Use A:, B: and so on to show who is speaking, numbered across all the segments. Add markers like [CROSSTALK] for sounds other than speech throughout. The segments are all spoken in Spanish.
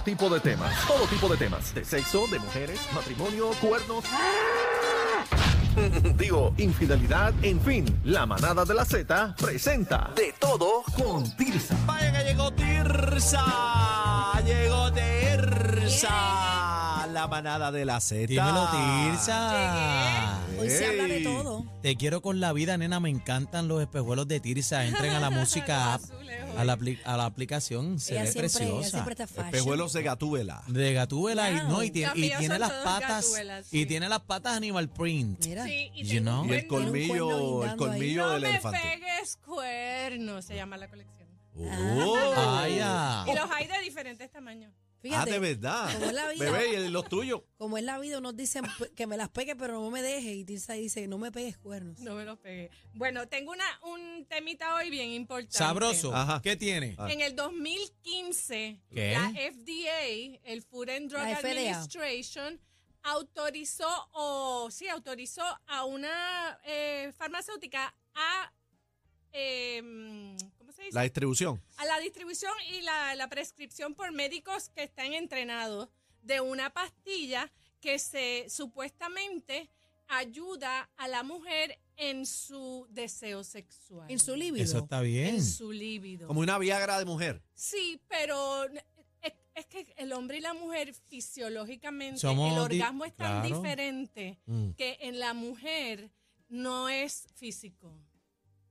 A: tipo de temas. Todo tipo de temas. De sexo, de mujeres, matrimonio, cuernos. [LAUGHS] Digo, infidelidad, en fin. La manada de la Z presenta De todo con Tirsa.
B: Vaya que llegó Tirsa. Llegó Tirsa. La manada de la Z.
C: Dímelo, Tirsa.
D: Hoy se habla de
B: Ey.
D: todo.
C: Te quiero con la vida, nena. Me encantan los espejuelos de Tirsa. Entren a
D: [LAUGHS]
C: la música app, a la, apli- a la aplicación. Se
D: ella
C: ve
D: siempre, ella
C: preciosa.
D: siempre está fashion.
B: Espejuelos de Gatúbela.
C: De Gatúbela y
D: Wow.
C: no, y, tie- y
E: Cambió,
C: tiene
E: son
C: las
E: todos
C: patas.
E: Gatúbelas,
C: Y
E: sí.
C: tiene las patas animal print.
D: Mira.
E: Sí, y
C: Ah, You
E: tengo
C: know.
E: un
B: Y el
E: cuerno.
B: colmillo,
D: Tiene
B: el
D: un cuerno
B: colmillo
E: No
B: del
E: me
B: elefante.
E: pegues cuerno, se llama la colección.
B: Oh.
C: Ay, ah.
E: Y los hay de diferentes tamaños.
B: Ah,
D: Fíjate,
B: de verdad.
D: Como es la vida.
B: Bebé, y los tuyos.
D: como es la vida, unos dicen p- que me las pegue, pero no me deje. Y Tirsa dice, no me pegues cuernos.
E: No me los pegué. Bueno, tengo una, un temita hoy bien importante.
C: Sabroso.
B: Ajá.
C: ¿Qué tiene?
B: Ah.
E: En el 2015,
C: ¿Qué?
E: la FDA, el Food and Drug
D: La FDA.
E: Administration, autorizó o sí autorizó a una eh, farmacéutica a em, ¿cómo se dice?
B: La distribución.
E: a la distribución y la, la prescripción por médicos que están entrenados de una pastilla que se supuestamente ayuda a la mujer en su deseo sexual.
D: En su libido.
C: Eso está bien.
E: En su líbido.
B: Como una Viagra de mujer.
E: Sí, pero n- es, es que el hombre y la mujer fisiológicamente
C: Somos
E: el
C: di-
E: orgasmo es tan
C: claro.
E: diferente
B: Mm.
E: que en la mujer no es físico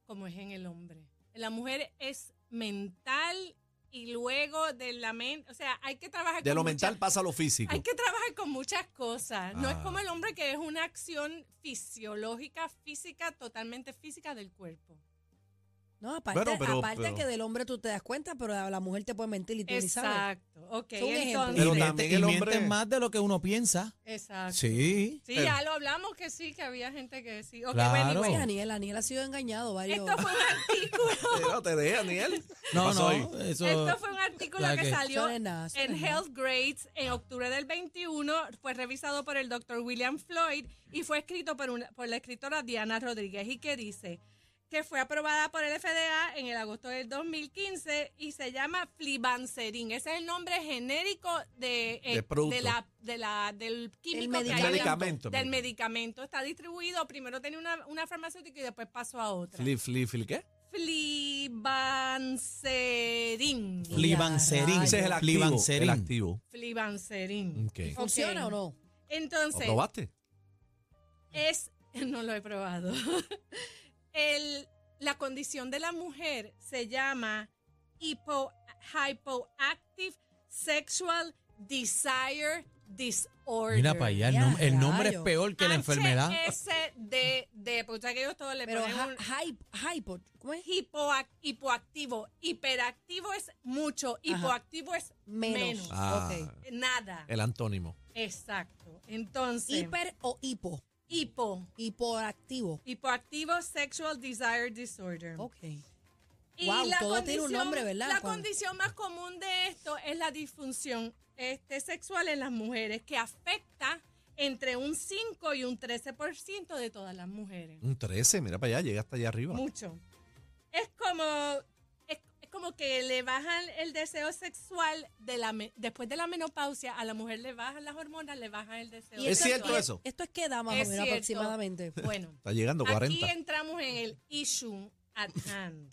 E: como es en el hombre. En la mujer es mental y luego de la mente, o sea, hay que trabajar
B: De
E: con
B: lo
E: mucha-
B: mental pasa a lo físico.
E: Hay que trabajar con muchas cosas. No es
B: Ah.
E: como el hombre que es una acción fisiológica, física, totalmente física del cuerpo.
D: No, aparte,
B: Bueno, pero-
D: aparte
B: pero-
D: que del hombre tú te das cuenta, pero a la mujer te puede mentir y tú ni sabes.
E: Exacto. Ok,
D: Es un
C: Y,
D: ejemplo.
E: entonces.
B: Pero
C: miente-
B: también
C: y
B: el
C: mienten
B: hombre-
C: más de lo que uno piensa.
E: Exacto.
C: Sí.
E: Sí,
B: Pero-
E: ya lo hablamos que sí, que había gente que sí. Ok,
C: Claro.
E: bueno,
D: Sí,
E: anyway,
D: Daniel, Daniel ha sido engañado varios.
E: esto fue un artículo,
B: Pero Eh, te deja, Daniel.
C: No,
B: Pasó
C: no.
B: ahí.
C: Eso.
E: esto fue un artículo
C: ¿La
E: que
C: qué?
D: Eso
E: salió
D: no es nada, eso no
E: en
D: es nada.
E: Health Grades en octubre del 21, fue revisado por el doctor William Floyd y fue escrito por, una- por la escritora Diana Rodríguez y que dice que fue aprobada por el FDA en el agosto del 2015 y se llama Flibanserin. Ese es el nombre genérico de, eh,
B: Del producto.
E: de la, de la- del químico que hay
D: medicamento.
E: dentro.
B: Medicamento,
E: del
B: medicamento.
E: medicamento. Está distribuido, primero tenía una, una farmacéutica y después pasó a otra.
B: Flip, flip, flip, ¿qué?
E: Flibanserin.
C: Flibanserin.
D: Ay,
B: Ese es el activo.
C: Flibanserin.
B: El activo.
E: Flibanserin.
B: Ok.
D: ¿Y ¿Funciona
E: Ok.
D: o
B: ¿Lo
D: no?
E: Entonces,
B: probaste?
E: es. [LAUGHS] No lo he probado. [LAUGHS] El- la condición de la mujer se llama hipo- Hypoactive Sexual Desire Disorder.
C: Mira para allá. El, nom- el nombre es
D: Diablo.
C: peor que la enfermedad.
E: HSDD, porque usted que ellos todos le
D: Pero
E: ponen un-
D: hi- hype, hypo, ¿cómo es?
E: hipoac- hipoactivo. Hiperactivo es mucho, hipoactivo es
D: Menos.
E: menos.
B: Ah.
D: Ok.
E: Nada.
C: Eh.
B: El antónimo.
E: Exacto. Entonces,
D: Hiper o hipo.
E: hipo.
D: Hipoactivo.
E: Hipoactivo Sexual Desire Disorder.
D: Ok.
E: Y
D: Wow,
E: la
D: todo tiene un
E: condición-
D: nombre, ¿verdad?
E: La
D: Cuando-
E: condición más común de esto es la disfunción este, sexual en las mujeres, que afecta entre un 5 y un 13% de todas las mujeres.
B: Un 13, mira para allá, llega hasta allá arriba.
E: Mucho. Es como es, es como que le bajan el deseo sexual de la me- después de la menopausia a la mujer le bajan las hormonas, le bajan el deseo.
D: Y
B: ¿Es
D: esto-
E: sexual.
B: cierto
D: y-
B: eso?
D: Esto es que da más
E: Es
D: o menos
E: cierto.
D: aproximadamente.
B: [LAUGHS]
E: Bueno,
B: Está llegando a 40.
E: aquí entramos en el issue at hand.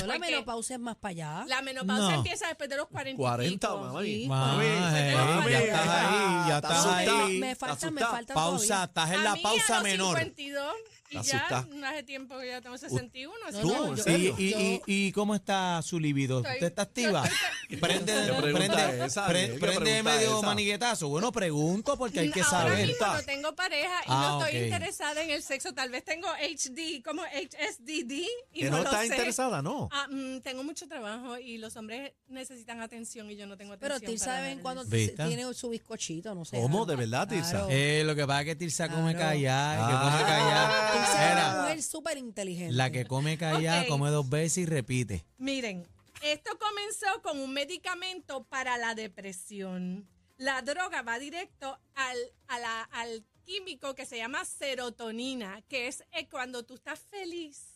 D: No, la
E: Porque
D: menopausia es más para allá.
E: la menopausia
C: No.
E: empieza después de los 40. y
B: 40,
E: pico.
B: mamá. mía.
D: Sí.
C: Mami,
E: mami,
C: ya estás ahí, ya estás
E: Ah,
D: No, me-
C: ahí.
D: Me, falta, me
B: asustada.
D: falta
C: Pausa,
D: todavía.
C: estás en
E: A
C: la
E: mí
C: pausa
E: a los
C: menor.
E: 52 y
B: Te
E: ya
B: asustaste.
E: no hace tiempo que ya tengo 61. así
B: ¿Tú?
E: que
B: ¿En
D: yo-
C: ¿Y,
B: serio?
C: y- y-
D: yo-
C: y cómo está su libido?
E: Estoy-
C: ¿Usted está activa? Prende,
B: ¿Qué pregunta
C: prende,
B: esa,
C: pre-
B: Ariel? ¿Qué
C: prende
B: pregunta
C: medio
B: esa?
C: maniguetazo. Bueno, pregunto porque hay que
E: Ahora
C: saber.
E: mismo no tengo pareja y
C: Ah,
E: no estoy
C: ok.
E: interesada en el sexo. Tal vez tengo HD, como HSDD y
B: que no
E: no, lo
B: está
E: sé.
B: interesada, no.
E: Ah, mm, tengo mucho trabajo y los hombres necesitan atención y yo no tengo atención.
D: Pero Tirsa
E: para
D: de vez en
E: darles.
D: cuando
C: ¿Viste?
D: se- tiene su bizcochito, no sé.
B: ¿Cómo?
D: algo.
B: ¿De verdad, Tirsa?
D: Claro. [LAUGHS]
C: Eh, lo que pasa es que Tirsa come
D: Claro.
C: callada, y que
B: Ah.
C: come
D: Tirsa es una
C: callada.
D: mujer súper inteligente.
C: la que come callada
E: Ok.
C: come dos veces y repite.
E: Miren, esto comenzó con un medicamento para la depresión. La droga va directo al, a la- al químico que se llama serotonina, que es eh, cuando tú estás feliz.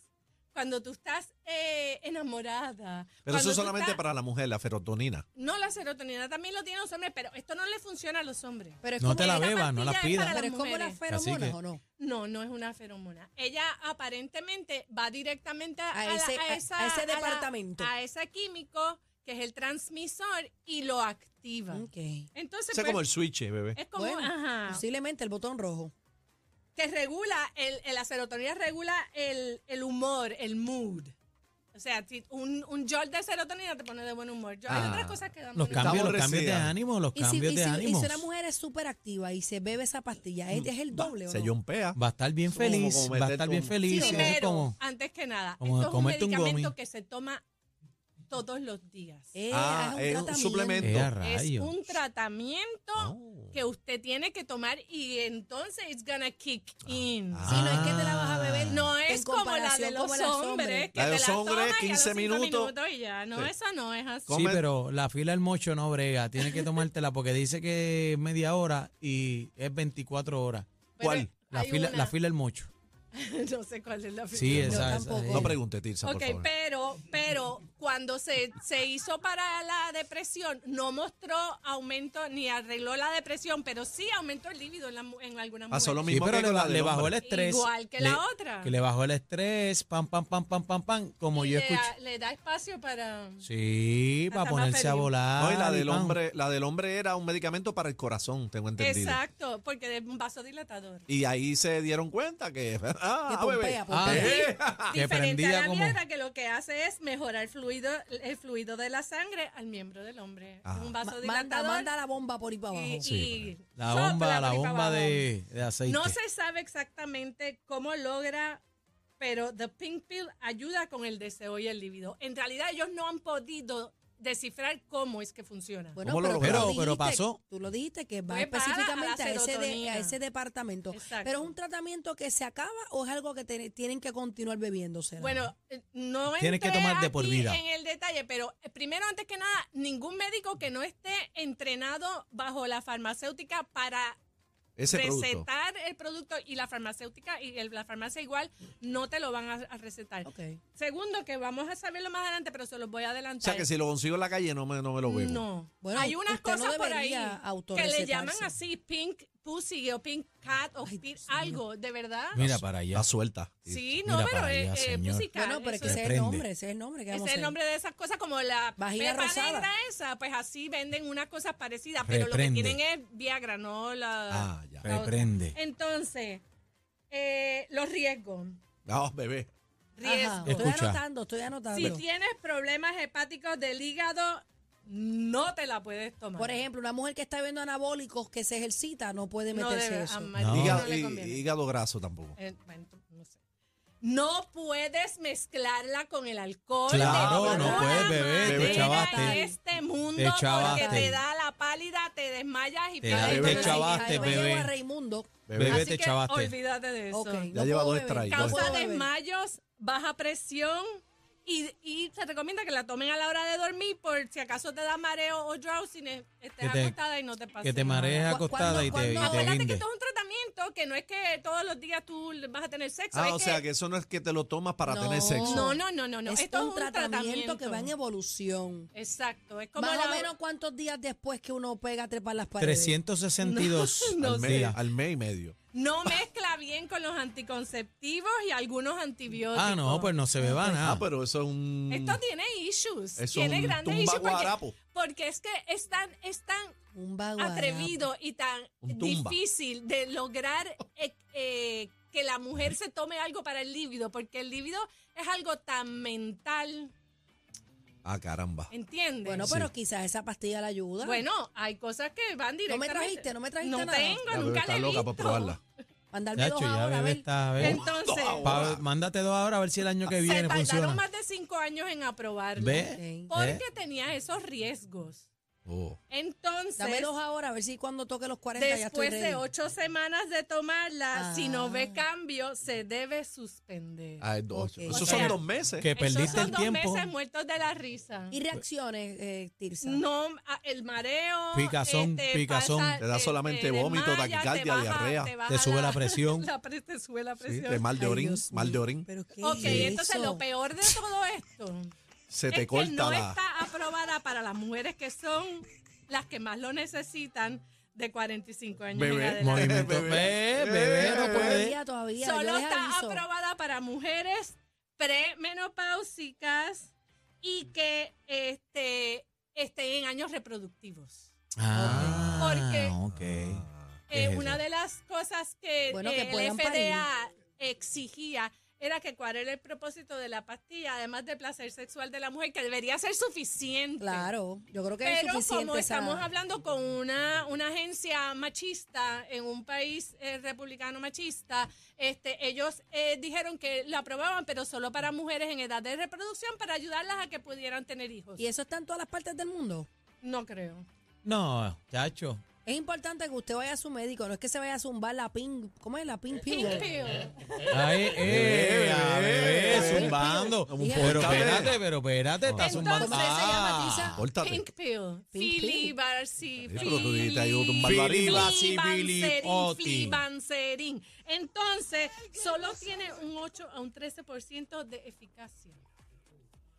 E: cuando tú estás eh, enamorada.
B: Pero eso
E: cuando
B: es
E: tú
B: solamente
E: estás-
B: para la mujer, la ferotonina.
E: No, la serotonina también lo tienen los hombres, pero esto no le funciona a los hombres.
D: Pero es
C: No
D: como
C: te la
E: Esta
D: la-
C: bebas, no la
E: pastilla es
C: pidas.
E: para
D: Pero es
E: las
D: como las
E: mujeres.
D: feromonas
C: que-
D: o no.
E: No, no es una feromona. Ella aparentemente va directamente a,
D: A
E: la-
D: ese- a-
E: esa,
D: a ese
E: la-
D: departamento.
E: A, ese químico que es el transmisor y lo activa.
D: Ok.
E: Entonces,
B: O sea,
E: pues,
B: como el switch, bebé.
E: es como,
D: bueno,
E: Ah. ajá,
D: posiblemente el botón rojo.
E: que regula, el, el- la serotonina regula el, el humor, el mood. O sea, si un, un jolt de serotonina te pone de buen humor. Yo- hay
B: Ah,
E: otras cosas que dan
C: Los
E: buen humor.
C: cambios, los
B: aborrecida.
C: cambios de ánimo, los
D: Y si,
C: cambios
D: y
C: de
D: si- y
C: ánimo.
D: si una mujer es súper activa y se bebe esa pastilla, ¿es, es
C: Mm,
D: el doble o
B: Se
D: no?
B: yompea.
C: Va a estar bien
B: Eso como-
C: feliz,
B: como
C: va a
B: meterte
C: estar bien
B: un-
C: feliz. eso es
E: Primero,
C: como,
E: antes que nada,
C: como
E: esto es un
C: comerte un
E: medicamento
C: gummy.
E: que se toma todos los días.
D: Eh,
B: Ah,
D: es un
B: es un
D: tratamiento.
B: suplemento.
C: Eh, a
E: Es
C: rayos.
E: un tratamiento
B: Oh.
E: que usted tiene que tomar y entonces it's gonna kick
B: Ah.
E: in.
D: Sí, no es que te la vas a beber.
E: No
D: en
E: es Ah. como la de
D: comparación
E: los
D: como las
E: hombres, que
B: La de
E: te
B: los
E: la
B: hombres,
E: tomas
B: 15
E: y a los cinco
B: minutos.
E: minutos y ya. No,
B: Sí.
E: eso no es así.
C: Sí,
B: Come-
C: pero la fila del mocho no brega. Tienes que tomártela porque dice que es media hora y es 24 horas.
E: Pero
B: ¿Cuál?
C: La
E: hay
C: fila,
E: una-
C: la fila del mocho.
E: [LAUGHS] no sé cuál es la fila.
C: Sí,
D: Yo
C: esa, esa,
D: tampoco.
C: esa.
B: No pregunte, Tirsa,
E: Ok,
B: por favor.
E: pero, pero cuando se, se hizo para la depresión, no mostró aumento ni arregló la depresión, pero sí aumentó el líbido en, la mu- en algunas
B: Pasó lo
C: Sí,
E: mujeres.
B: mismo
C: pero
B: que
C: le,
B: con
C: ba-
B: la del
C: le bajó el
B: hombre.
C: estrés.
E: Igual que
C: Le-
E: la otra.
C: Que le bajó el estrés, pam, pam, pam, pam, pam, pam, como
E: Y
C: yo
E: le da-
C: escuché.
E: Le da espacio para...
C: Sí,
E: Hasta
C: para
E: más
C: ponerse a
E: feliz.
C: volar.
B: No, y la
C: y
B: del
C: pam.
B: hombre, la del hombre era un medicamento para el corazón, tengo entendido.
E: Exacto, porque es un vasodilatador.
B: Y ahí se dieron cuenta que. [LAUGHS] Ah,
D: Que pompea,
B: bebé.
C: Ah,
D: pompea.
C: eh, que
E: Diferente a
C: prendía
E: la
C: como.
E: mierda que lo que hace es mejorar el fluido, el fluido de la sangre al miembro del hombre.
B: Ah.
E: Es un
D: Ma- manda,
E: vasodilatador.
D: manda la bomba por ahí para abajo.
E: y- y
C: La
E: sopla
C: bomba, la
E: por ahí para
C: bomba
E: abajo.
C: de, de aceite.
E: No se sabe exactamente cómo logra, pero The Pink Pill ayuda con el deseo y el libido. En realidad ellos no han podido descifrar cómo es que funciona.
B: ¿Cómo lo
D: tú
B: lograron?
D: dijiste-
C: Pero- pero pasó.
D: Tú lo dijiste que va
E: Fue Pues para
D: específicamente
E: a
D: a,
E: la
D: ese de-
E: serotonina.
D: a ese departamento.
E: Exacto.
D: Pero es un tratamiento que se acaba o es algo que te- tienen que continuar bebiéndose.
E: Bueno, eh, no
C: Tienes que
E: entré
C: tomar de por
E: aquí
C: vida.
E: en el detalle, pero eh, primero, antes que nada, ningún médico que no esté entrenado bajo la farmacéutica para
B: Ese producto.
E: recetar el producto y la farmacéutica y el- la farmacia igual no te lo van a, a recetar. Segundo, que vamos a saberlo más adelante, pero se los voy a
B: O sea
E: adelantar.
B: que si lo consigo en la calle no me, no me lo bebo.
E: No.
D: Bueno,
E: Hay unas
D: usted no
E: cosas por ahí
D: debería
E: que le
D: autorrecetarse.
E: llaman así pink pussy o pink cat o
D: Ay,
E: pink
D: Dios mío.
E: algo, de verdad.
C: Mira para allá.
B: Está suelta.
E: sí,
C: Mira
E: no, pero
C: para allá,
E: es eh,
C: señor.
E: pussy cat.
D: Bueno, pero es
E: eso
D: que ese es el
C: Prende.
D: nombre, ese es el nombre que
E: Ese
D: vamos
E: es
D: a
E: el
D: hacer.
E: nombre de esas cosas como la
D: Vagina
E: pepa
D: rosada.
E: negra esa, pues así venden unas cosas parecidas, pero lo que
C: Reprende.
E: tienen es Viagra, no la...
B: Ah, ya.
E: la otra.
C: Reprende.
E: Entonces, eh, los riesgos.
B: No, Ah, oh, bebé.
D: Ajá,
E: Riesgos.
D: Estoy
C: Escucha.
D: anotando, estoy anotando.
E: Si tienes problemas hepáticos del hígado, no te la puedes tomar.
D: Por ejemplo, una mujer que está viendo anabólicos que se ejercita no puede
E: no
D: meterse
E: debe-
D: eso.
E: a Martín no
B: Hígado,
E: le
B: hí-
E: conviene.
B: hígado graso tampoco.
E: Eh, bueno, no sé. No puedes mezclarla con el alcohol.
C: Claro,
E: de
D: no
E: ninguna
D: puedes,
C: bebé,
D: te
E: manera
C: chavaste.
E: En este mundo,
C: Te chavaste.
E: porque te da la pálida, te desmayas
C: Te
E: y pierdes
C: da-
B: Eh,
E: el
B: te
E: conocimiento.
C: chavaste,
D: Ay, yo
C: bebé.
D: llevo a Raimundo.
B: Bebé.
C: Bebé.
E: Así
C: te
E: que
C: chavaste.
E: Olvídate de eso.
D: Ok,
B: Ya
D: no
B: lleva
D: puedo
B: dos
D: beber,
B: strikes,
D: no
B: dos.
D: puedo
E: Causa
D: beber.
E: desmayos, baja presión. Y, y se recomienda que la tomen a la hora de dormir por si acaso te da mareo o drowsiness, estés
C: Que te-
E: acostada y no te pasa
C: Que te
E: nada.
C: marees
D: ¿Cu-
C: acostada y
D: cuándo-
C: te, y
D: cuándo-
C: te
E: Acuérdate que
C: guindes.
E: esto es un tratamiento que no es que todos los días tú vas a tener sexo.
B: Ah,
E: es
B: o sea que eso no es que te lo tomas para
D: No.
B: tener sexo.
E: No, no, no, no. no.
D: Es
E: Esto
D: un tratamiento, que va en evolución.
E: Exacto. Es como
D: Más
E: la-
D: o menos cuántos días después que uno pega trepar las paredes.
C: 362
E: [LAUGHS] No
B: al,
C: al
E: sé.
B: mes,
C: día.
B: al mes y medio.
D: [LAUGHS]
E: No mezcla bien con los anticonceptivos y algunos antibióticos.
C: Ah, no, pues no se beba nada.
B: Ah, pero eso es un.
E: Esto tiene issues.
B: mm. Eso
E: tiene
B: es un
E: grandes
B: tumba
E: issues porque,
B: guarapo.
E: porque es que es tan, es tan
D: Un vago
E: atrevido y tan
B: Un tumba.
E: difícil de lograr eh, eh, que la mujer se tome algo para el líbido, porque el líbido es algo tan mental,
B: Ah, caramba.
E: ¿entiendes?
D: Bueno, pues, pero quizás esa pastilla la ayuda.
E: Bueno, hay cosas que van
D: No me
E: directamente.
D: trajiste, no me trajiste
E: No
D: nada.
E: tengo,
B: La bebé
E: nunca la
B: está
E: he
B: loca
E: visto.
B: por probarla.
D: Mandarme
C: Chacho,
D: dos
C: ya
D: ahora, a
C: bebe
D: ver.
C: está. a ver.
E: Entonces,
C: Pa- mándate dos ahora a ver si el año que
E: se
C: viene
E: tardaron
C: funciona.
D: Eh,
E: más de cinco años en aprobarlo.
C: ¿Ve?
D: Ok.
E: Porque
C: ¿Eh?
E: tenía esos riesgos.
C: Oh.
E: Entonces,
D: Dame dos ahora, a ver si cuando toque los 40 ya estoy
E: después
D: ready.
E: de ocho semanas de tomarla, si no ve
D: Ah.
E: cambio, se debe suspender.
B: Ah, es dos.
D: Ok.
B: Esos
E: O
B: son
E: sea,
B: dos meses.
C: Que
E: Esos
C: perdiste
E: son
C: el
E: dos
C: tiempo.
E: meses muertos de la risa.
D: ¿Y reacciones, eh, Tirsa?
E: No, a- el mareo. eh,
C: Picazón, picazón.
B: Te da solamente vómito, taquicardia, diarrea.
C: Te sube la presión.
E: [LAUGHS] la pres- te sube la
B: Sí,
E: presión.
B: de mal de
D: Ay,
B: orín,
D: Dios
B: mal de
D: mío,
B: orín.
D: ¿Pero qué
E: ok,
D: es
E: entonces
D: eso?
E: lo peor de todo esto
B: Se te
E: es
B: corta
E: que no
B: la.
E: está aprobada para las mujeres que son las que más lo necesitan de 45 años en
B: Bebé,
E: adelante.
C: Movimiento.
B: Bebé.
C: Bebé, bebé, no puede.
D: Todavía, todavía. yo
E: Solo
D: les
E: está
D: aviso.
E: aprobada para mujeres premenopáusicas y que este, estén en años reproductivos.
C: Ah, ok. ¿Qué
E: Eh,
C: es
E: una
C: eso?
E: de las cosas que,
D: Bueno,
E: eh,
D: que
E: el
D: puedan
E: FDA exigía era que cuál era el propósito de la pastilla, además del placer sexual de la mujer, que debería ser suficiente.
D: Claro, yo creo que
E: Pero
D: es suficiente.
E: como
D: esa-
E: estamos hablando con una, una agencia machista en un país eh, republicano machista, este, ellos eh, dijeron que lo aprobaban, pero solo para mujeres en edad de reproducción para ayudarlas a que pudieran tener hijos.
D: Y eso está en todas las partes del mundo.
E: No creo.
C: No, chacho.
D: Es importante que usted vaya a su médico, no es que se vaya a zumbar la ping, ¿cómo es la ping pill?
E: Pink pill.
C: Ay, eh, a bebé,
B: bebé.
C: zumbando.
B: Como un
C: Pero
B: podcast.
C: espérate, pero espérate, está
E: Entonces-
C: zumbando.
D: ¿Cómo se llama,
C: Ah.
D: Tisa?
B: Córtate.
E: Pink pill.
D: Pink pill.
E: Fili, Barsi,
B: Sí, pero tú dijiste ahí un barbarismo.
C: Barsi, Fili, Oti.
E: Banserín. Entonces, solo tiene un 8 a un 13% de eficacia.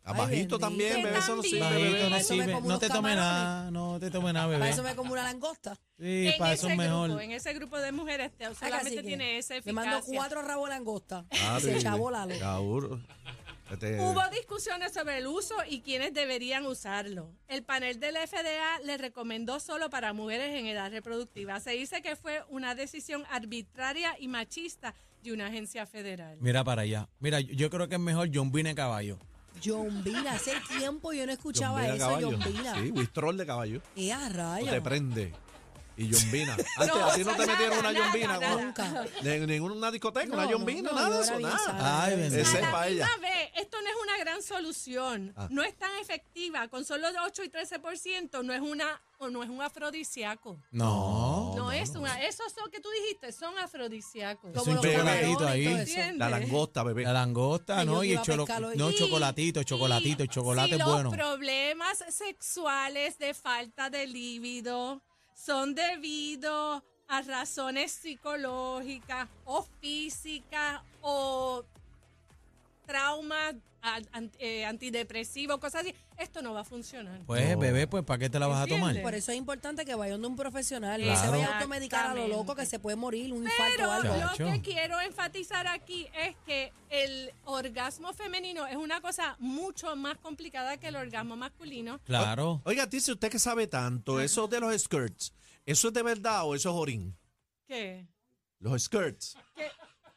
B: Ah, Bajito
D: bendito.
B: también, bebé, eso no
E: También.
B: sirve,
C: Bajito,
B: bebé.
C: no
D: Eso me
C: sirve.
D: como
C: No
D: unos
C: te tomes
D: camarones.
C: nada, no te tomes nada,
D: Para
C: bebé.
D: eso me como una langosta.
C: Sí, para eso es
E: grupo,
C: mejor.
E: en ese grupo de mujeres te-
D: Ah,
E: solamente
D: cacique.
E: tiene esa
D: Le
E: eficacia.
D: mando cuatro rabos de langosta.
B: Ah,
D: Y se
B: bebé.
D: chavó Lalo.
B: Seguro. Este-
E: Hubo discusiones sobre el uso y quiénes deberían usarlo. El panel del FDA le recomendó solo para mujeres en edad reproductiva. Se dice que fue una decisión arbitraria y machista de una agencia federal.
C: Mira para allá. Mira, yo- yo creo que es mejor John Vine Caballo.
D: John Vina, hace tiempo yo no
B: John
D: escuchaba
B: Vina
D: eso,
B: caballo.
D: John Vina.
B: Sí, Wistrol de caballo.
D: Y a
B: No
D: rayos.
B: te prende. Y
D: [LAUGHS]
B: yombina. Antes, a ti no te
E: nada,
B: metieron una
E: nada,
B: yombina.
E: nada.
B: ¿no?
D: Nunca.
B: Ni- Ninguna discoteca,
D: No,
B: una
D: no,
B: yombina,
D: no, yo
B: nada de
D: era
B: eso,
D: bien
B: nada.
D: sana.
C: Ay,
B: Ese
E: A
B: es
E: la
C: bendito.
B: pa' ella.
E: misma vez, esto no es una gran solución.
B: Ah.
E: No es tan efectiva. Con solo 8 y 13% no es una o no es un afrodisíaco.
C: No.
B: Oh.
E: No, es una. Esos son que tú dijiste son afrodisíacos.
C: Eso
D: Como los
C: implica un
D: camarones
C: gatito
D: y todo
C: ahí.
D: eso.
B: La langosta, bebé.
C: La langosta,
D: Ay,
C: ¿no?
D: yo
C: Y
D: iba a
C: cholo-
D: pescarlo hoy.
C: no,
E: Y-
C: chocolatito, chocolatito,
E: y
C: chocolate
E: si
C: es bueno.
E: Los problemas sexuales de falta de líbido son debidos a razones psicológicas o físicas o traumas a- an- eh, antidepresivos, cosas así. Esto no va a funcionar.
C: Pues,
B: No.
C: bebé, pues, ¿para qué te la vas a tomar?
E: ¿Entiendes?
D: Por eso es importante que vaya donde un profesional. No se
C: Claro.
D: vaya a automedicar a lo loco
E: Exactamente.
D: que se puede morir, un infarto o
E: Pero
D: algo.
E: lo
C: Chacho.
E: que quiero enfatizar aquí es que el orgasmo femenino es una cosa mucho más complicada que el orgasmo masculino.
C: Claro.
B: Oiga, Tizi, usted que sabe
D: Ah.
B: tanto, eso de los skirts, ¿eso es de verdad o eso es orín?
E: ¿Qué?
B: Los skirts.
E: ¿Qué?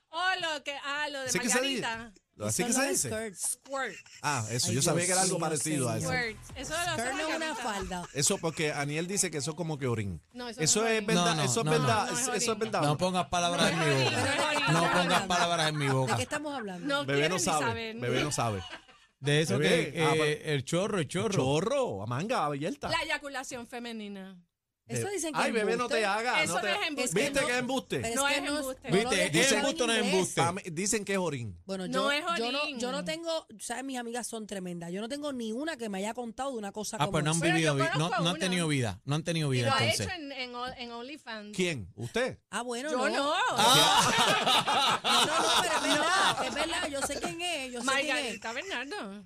E: Oh, lo que, ah, lo de
B: Así que se dice.
E: Margarita.
B: Así
D: Son
B: que se
D: los
B: dice.
D: skirts.
E: Squirt.
B: Ah, eso.
D: Ay,
B: yo sabía
D: Dios
B: que era algo
D: mío,
B: parecido a eso.
D: señor.
E: Squirt. Eso lo hace
D: Skirt no es una
E: Margarita.
D: falda.
B: Eso porque Aniel dice que eso como que orín.
E: No, eso
B: eso,
E: no es
B: es
E: orín.
B: verdad,
C: No, no,
B: eso es
C: no,
B: verdad,
E: no, no es
B: eso- eso es
E: orín.
B: verdad.
C: No pongas palabras en mi boca. No pongas palabras en mi
D: ¿De
C: boca.
D: qué estamos hablando?
E: No
B: bebé
E: quieren
B: no
E: ni
B: sabe,
E: saber.
B: bebé no sabe.
C: De eso
B: Bebé,
C: que
B: ah,
C: eh,
B: pero-
C: el chorro, el chorro.
B: Chorro, a manga, abierta.
E: La eyaculación femenina.
D: Eso dicen que
B: Eh, Ay,
D: es
B: bebé, no te
D: embuste.
B: hagas.
E: Eso
B: no te-
E: no es embuste.
B: ¿Viste
D: no-
B: que es embuste?
D: pero
E: No
D: que
E: es embuste.
D: no lo
C: Viste,
D: lees
B: es
D: en
C: embuste, no es
D: inglés.
C: embuste.
B: Pa- Dicen que es orín.
D: Bueno, yo,
E: No es
D: yo no,
E: orín.
D: yo no tengo, sabes, mis amigas son tremendas. Yo no tengo ni una que me haya contado de una cosa
C: Ah,
D: como
C: pues no han
D: esa.
E: Pero
C: vivido,
E: yo
C: vi- no,
E: conozco
C: no
E: una.
C: han tenido vida, no han tenido
E: Y
C: vida
E: lo ha
C: entonces.
E: hecho en, en, O- en OnlyFans.
B: ¿Quién? ¿Usted?
D: Ah, bueno,
E: Yo
D: no. Ah,
E: no.
D: No, [LAUGHS] no, pero es verdad, es verdad. Yo sé quién es, yo sé quién
E: Margarita Bernardo.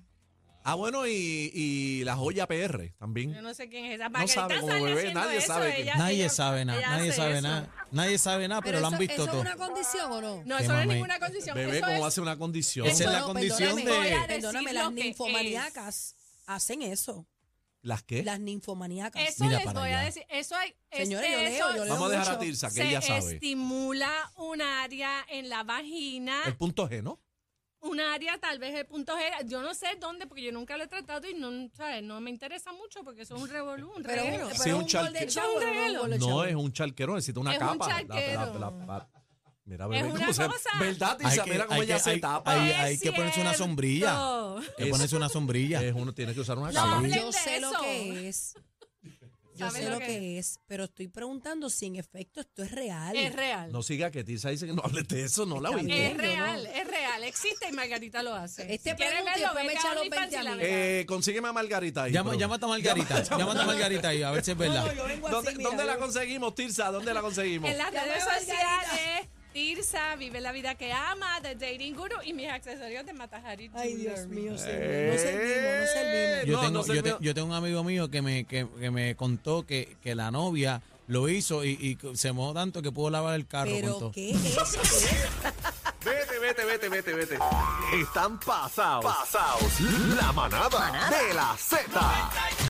B: Ah, bueno, y, y la joya PR
E: Yo
B: también.
E: no sé quién es esa.
B: No sabe,
E: Margarita
B: como
E: sale
B: bebé,
E: haciendo
B: nadie
E: eso,
B: sabe que-
E: ella-
C: nadie
E: ella-
C: sabe nada,
E: ella
C: nadie
E: hace
C: sabe
E: eso.
C: nada, nadie sabe nada,
D: es.
C: pero, lo han visto
D: ¿Eso
C: todo.
D: es una condición o no?
E: No,
C: Qué
E: eso no es
C: mamey.
E: ninguna condición.
B: Bebé,
E: eso
B: ¿cómo va a
E: es
B: ser una condición?
C: Esa es la
D: No,
C: condición
D: perdóname,
C: de-
E: Voy a decir
D: Perdóname,
E: lo
D: las
E: que es.
D: ninfomaníacas hacen eso.
B: ¿Las qué?
D: Las ninfomaníacas.
E: Eso
C: Mira
E: les
C: para
E: voy a
C: allá.
E: decir. Eso hay. es-
D: Señores, yo
E: eso
D: leo, yo leo
B: Vamos a dejar a
D: mucho.
B: Tirsa, que
E: se
B: ella sabe.
E: estimula un área en la vagina,
B: El punto G, ¿no?
E: un área tal vez el punto G. Yo no sé dónde, porque yo nunca lo he tratado y no, ¿sabes? no me interesa mucho porque eso es un revolú, un
D: Pero,
E: reguero.
B: Sí, un
D: pero es un
B: charque.
D: golden shower, no es un golden
B: No,
D: shower.
B: es un charquero, necesita una
E: Es un
B: capa.
E: charquero.
B: mira, bebé,
E: Es una
B: cómo se-
E: cosa.
B: ¿Verdad, Isa? Mira cómo
C: hay
B: ella
C: que-
B: se
C: hay-
B: tapa.
C: hay-
E: Es
C: hay que ponerse una sombrilla.
E: cierto.
C: Hay que ponerse una sombrilla.
B: Es uno tiene que usar una
E: No,
B: capa.
E: hablen
D: Yo
E: de
D: sé lo
E: eso.
D: que es. Yo
E: ¿Sabes
D: sé
E: lo
D: lo
E: que
D: que es, pero estoy preguntando si en efecto esto es real.
E: Es real.
B: No siga que Tirsa dice que no hables de eso, no la
D: Está
B: oí.
D: bien.
E: es
D: no,
E: real, es real. Existe y Margarita lo hace.
D: Este
E: quieres
D: pregunta y después
E: verlo, vete
D: me echa los
E: OnlyFans
D: 20
E: y la
D: a mí.
E: verás.
B: Eh, consígueme a Margarita ahí.
C: Llama,
B: pero-
C: llama a Margarita, llama a Margarita y a ver si es verdad.
D: No, yo vengo
B: ¿Dónde,
D: así, mira,
B: dónde la
D: yo-
B: conseguimos, Tirsa? ¿Dónde la conseguimos?
E: En las
D: Ya
E: redes
D: veo, Margarita.
E: sociales, Tirsa vive la vida que ama, The Dating Guru y mis accesorios de Matajari.
D: Ay, Dios
E: Jewelry.
D: mío, señor. No servimos, no servimos.
C: Eh, Yo,
B: No,
C: tengo,
B: no sé,
C: yo, te-
B: pero-
C: yo tengo un amigo mío que me, que, que me contó que, que la novia lo hizo y, y se mojó tanto que pudo lavar el carro. con
D: Pero
C: todo.
D: ¿qué es esto?
A: Vete, vete, vete, vete, vete. Están pasados. Pasados. La manada, de la Z.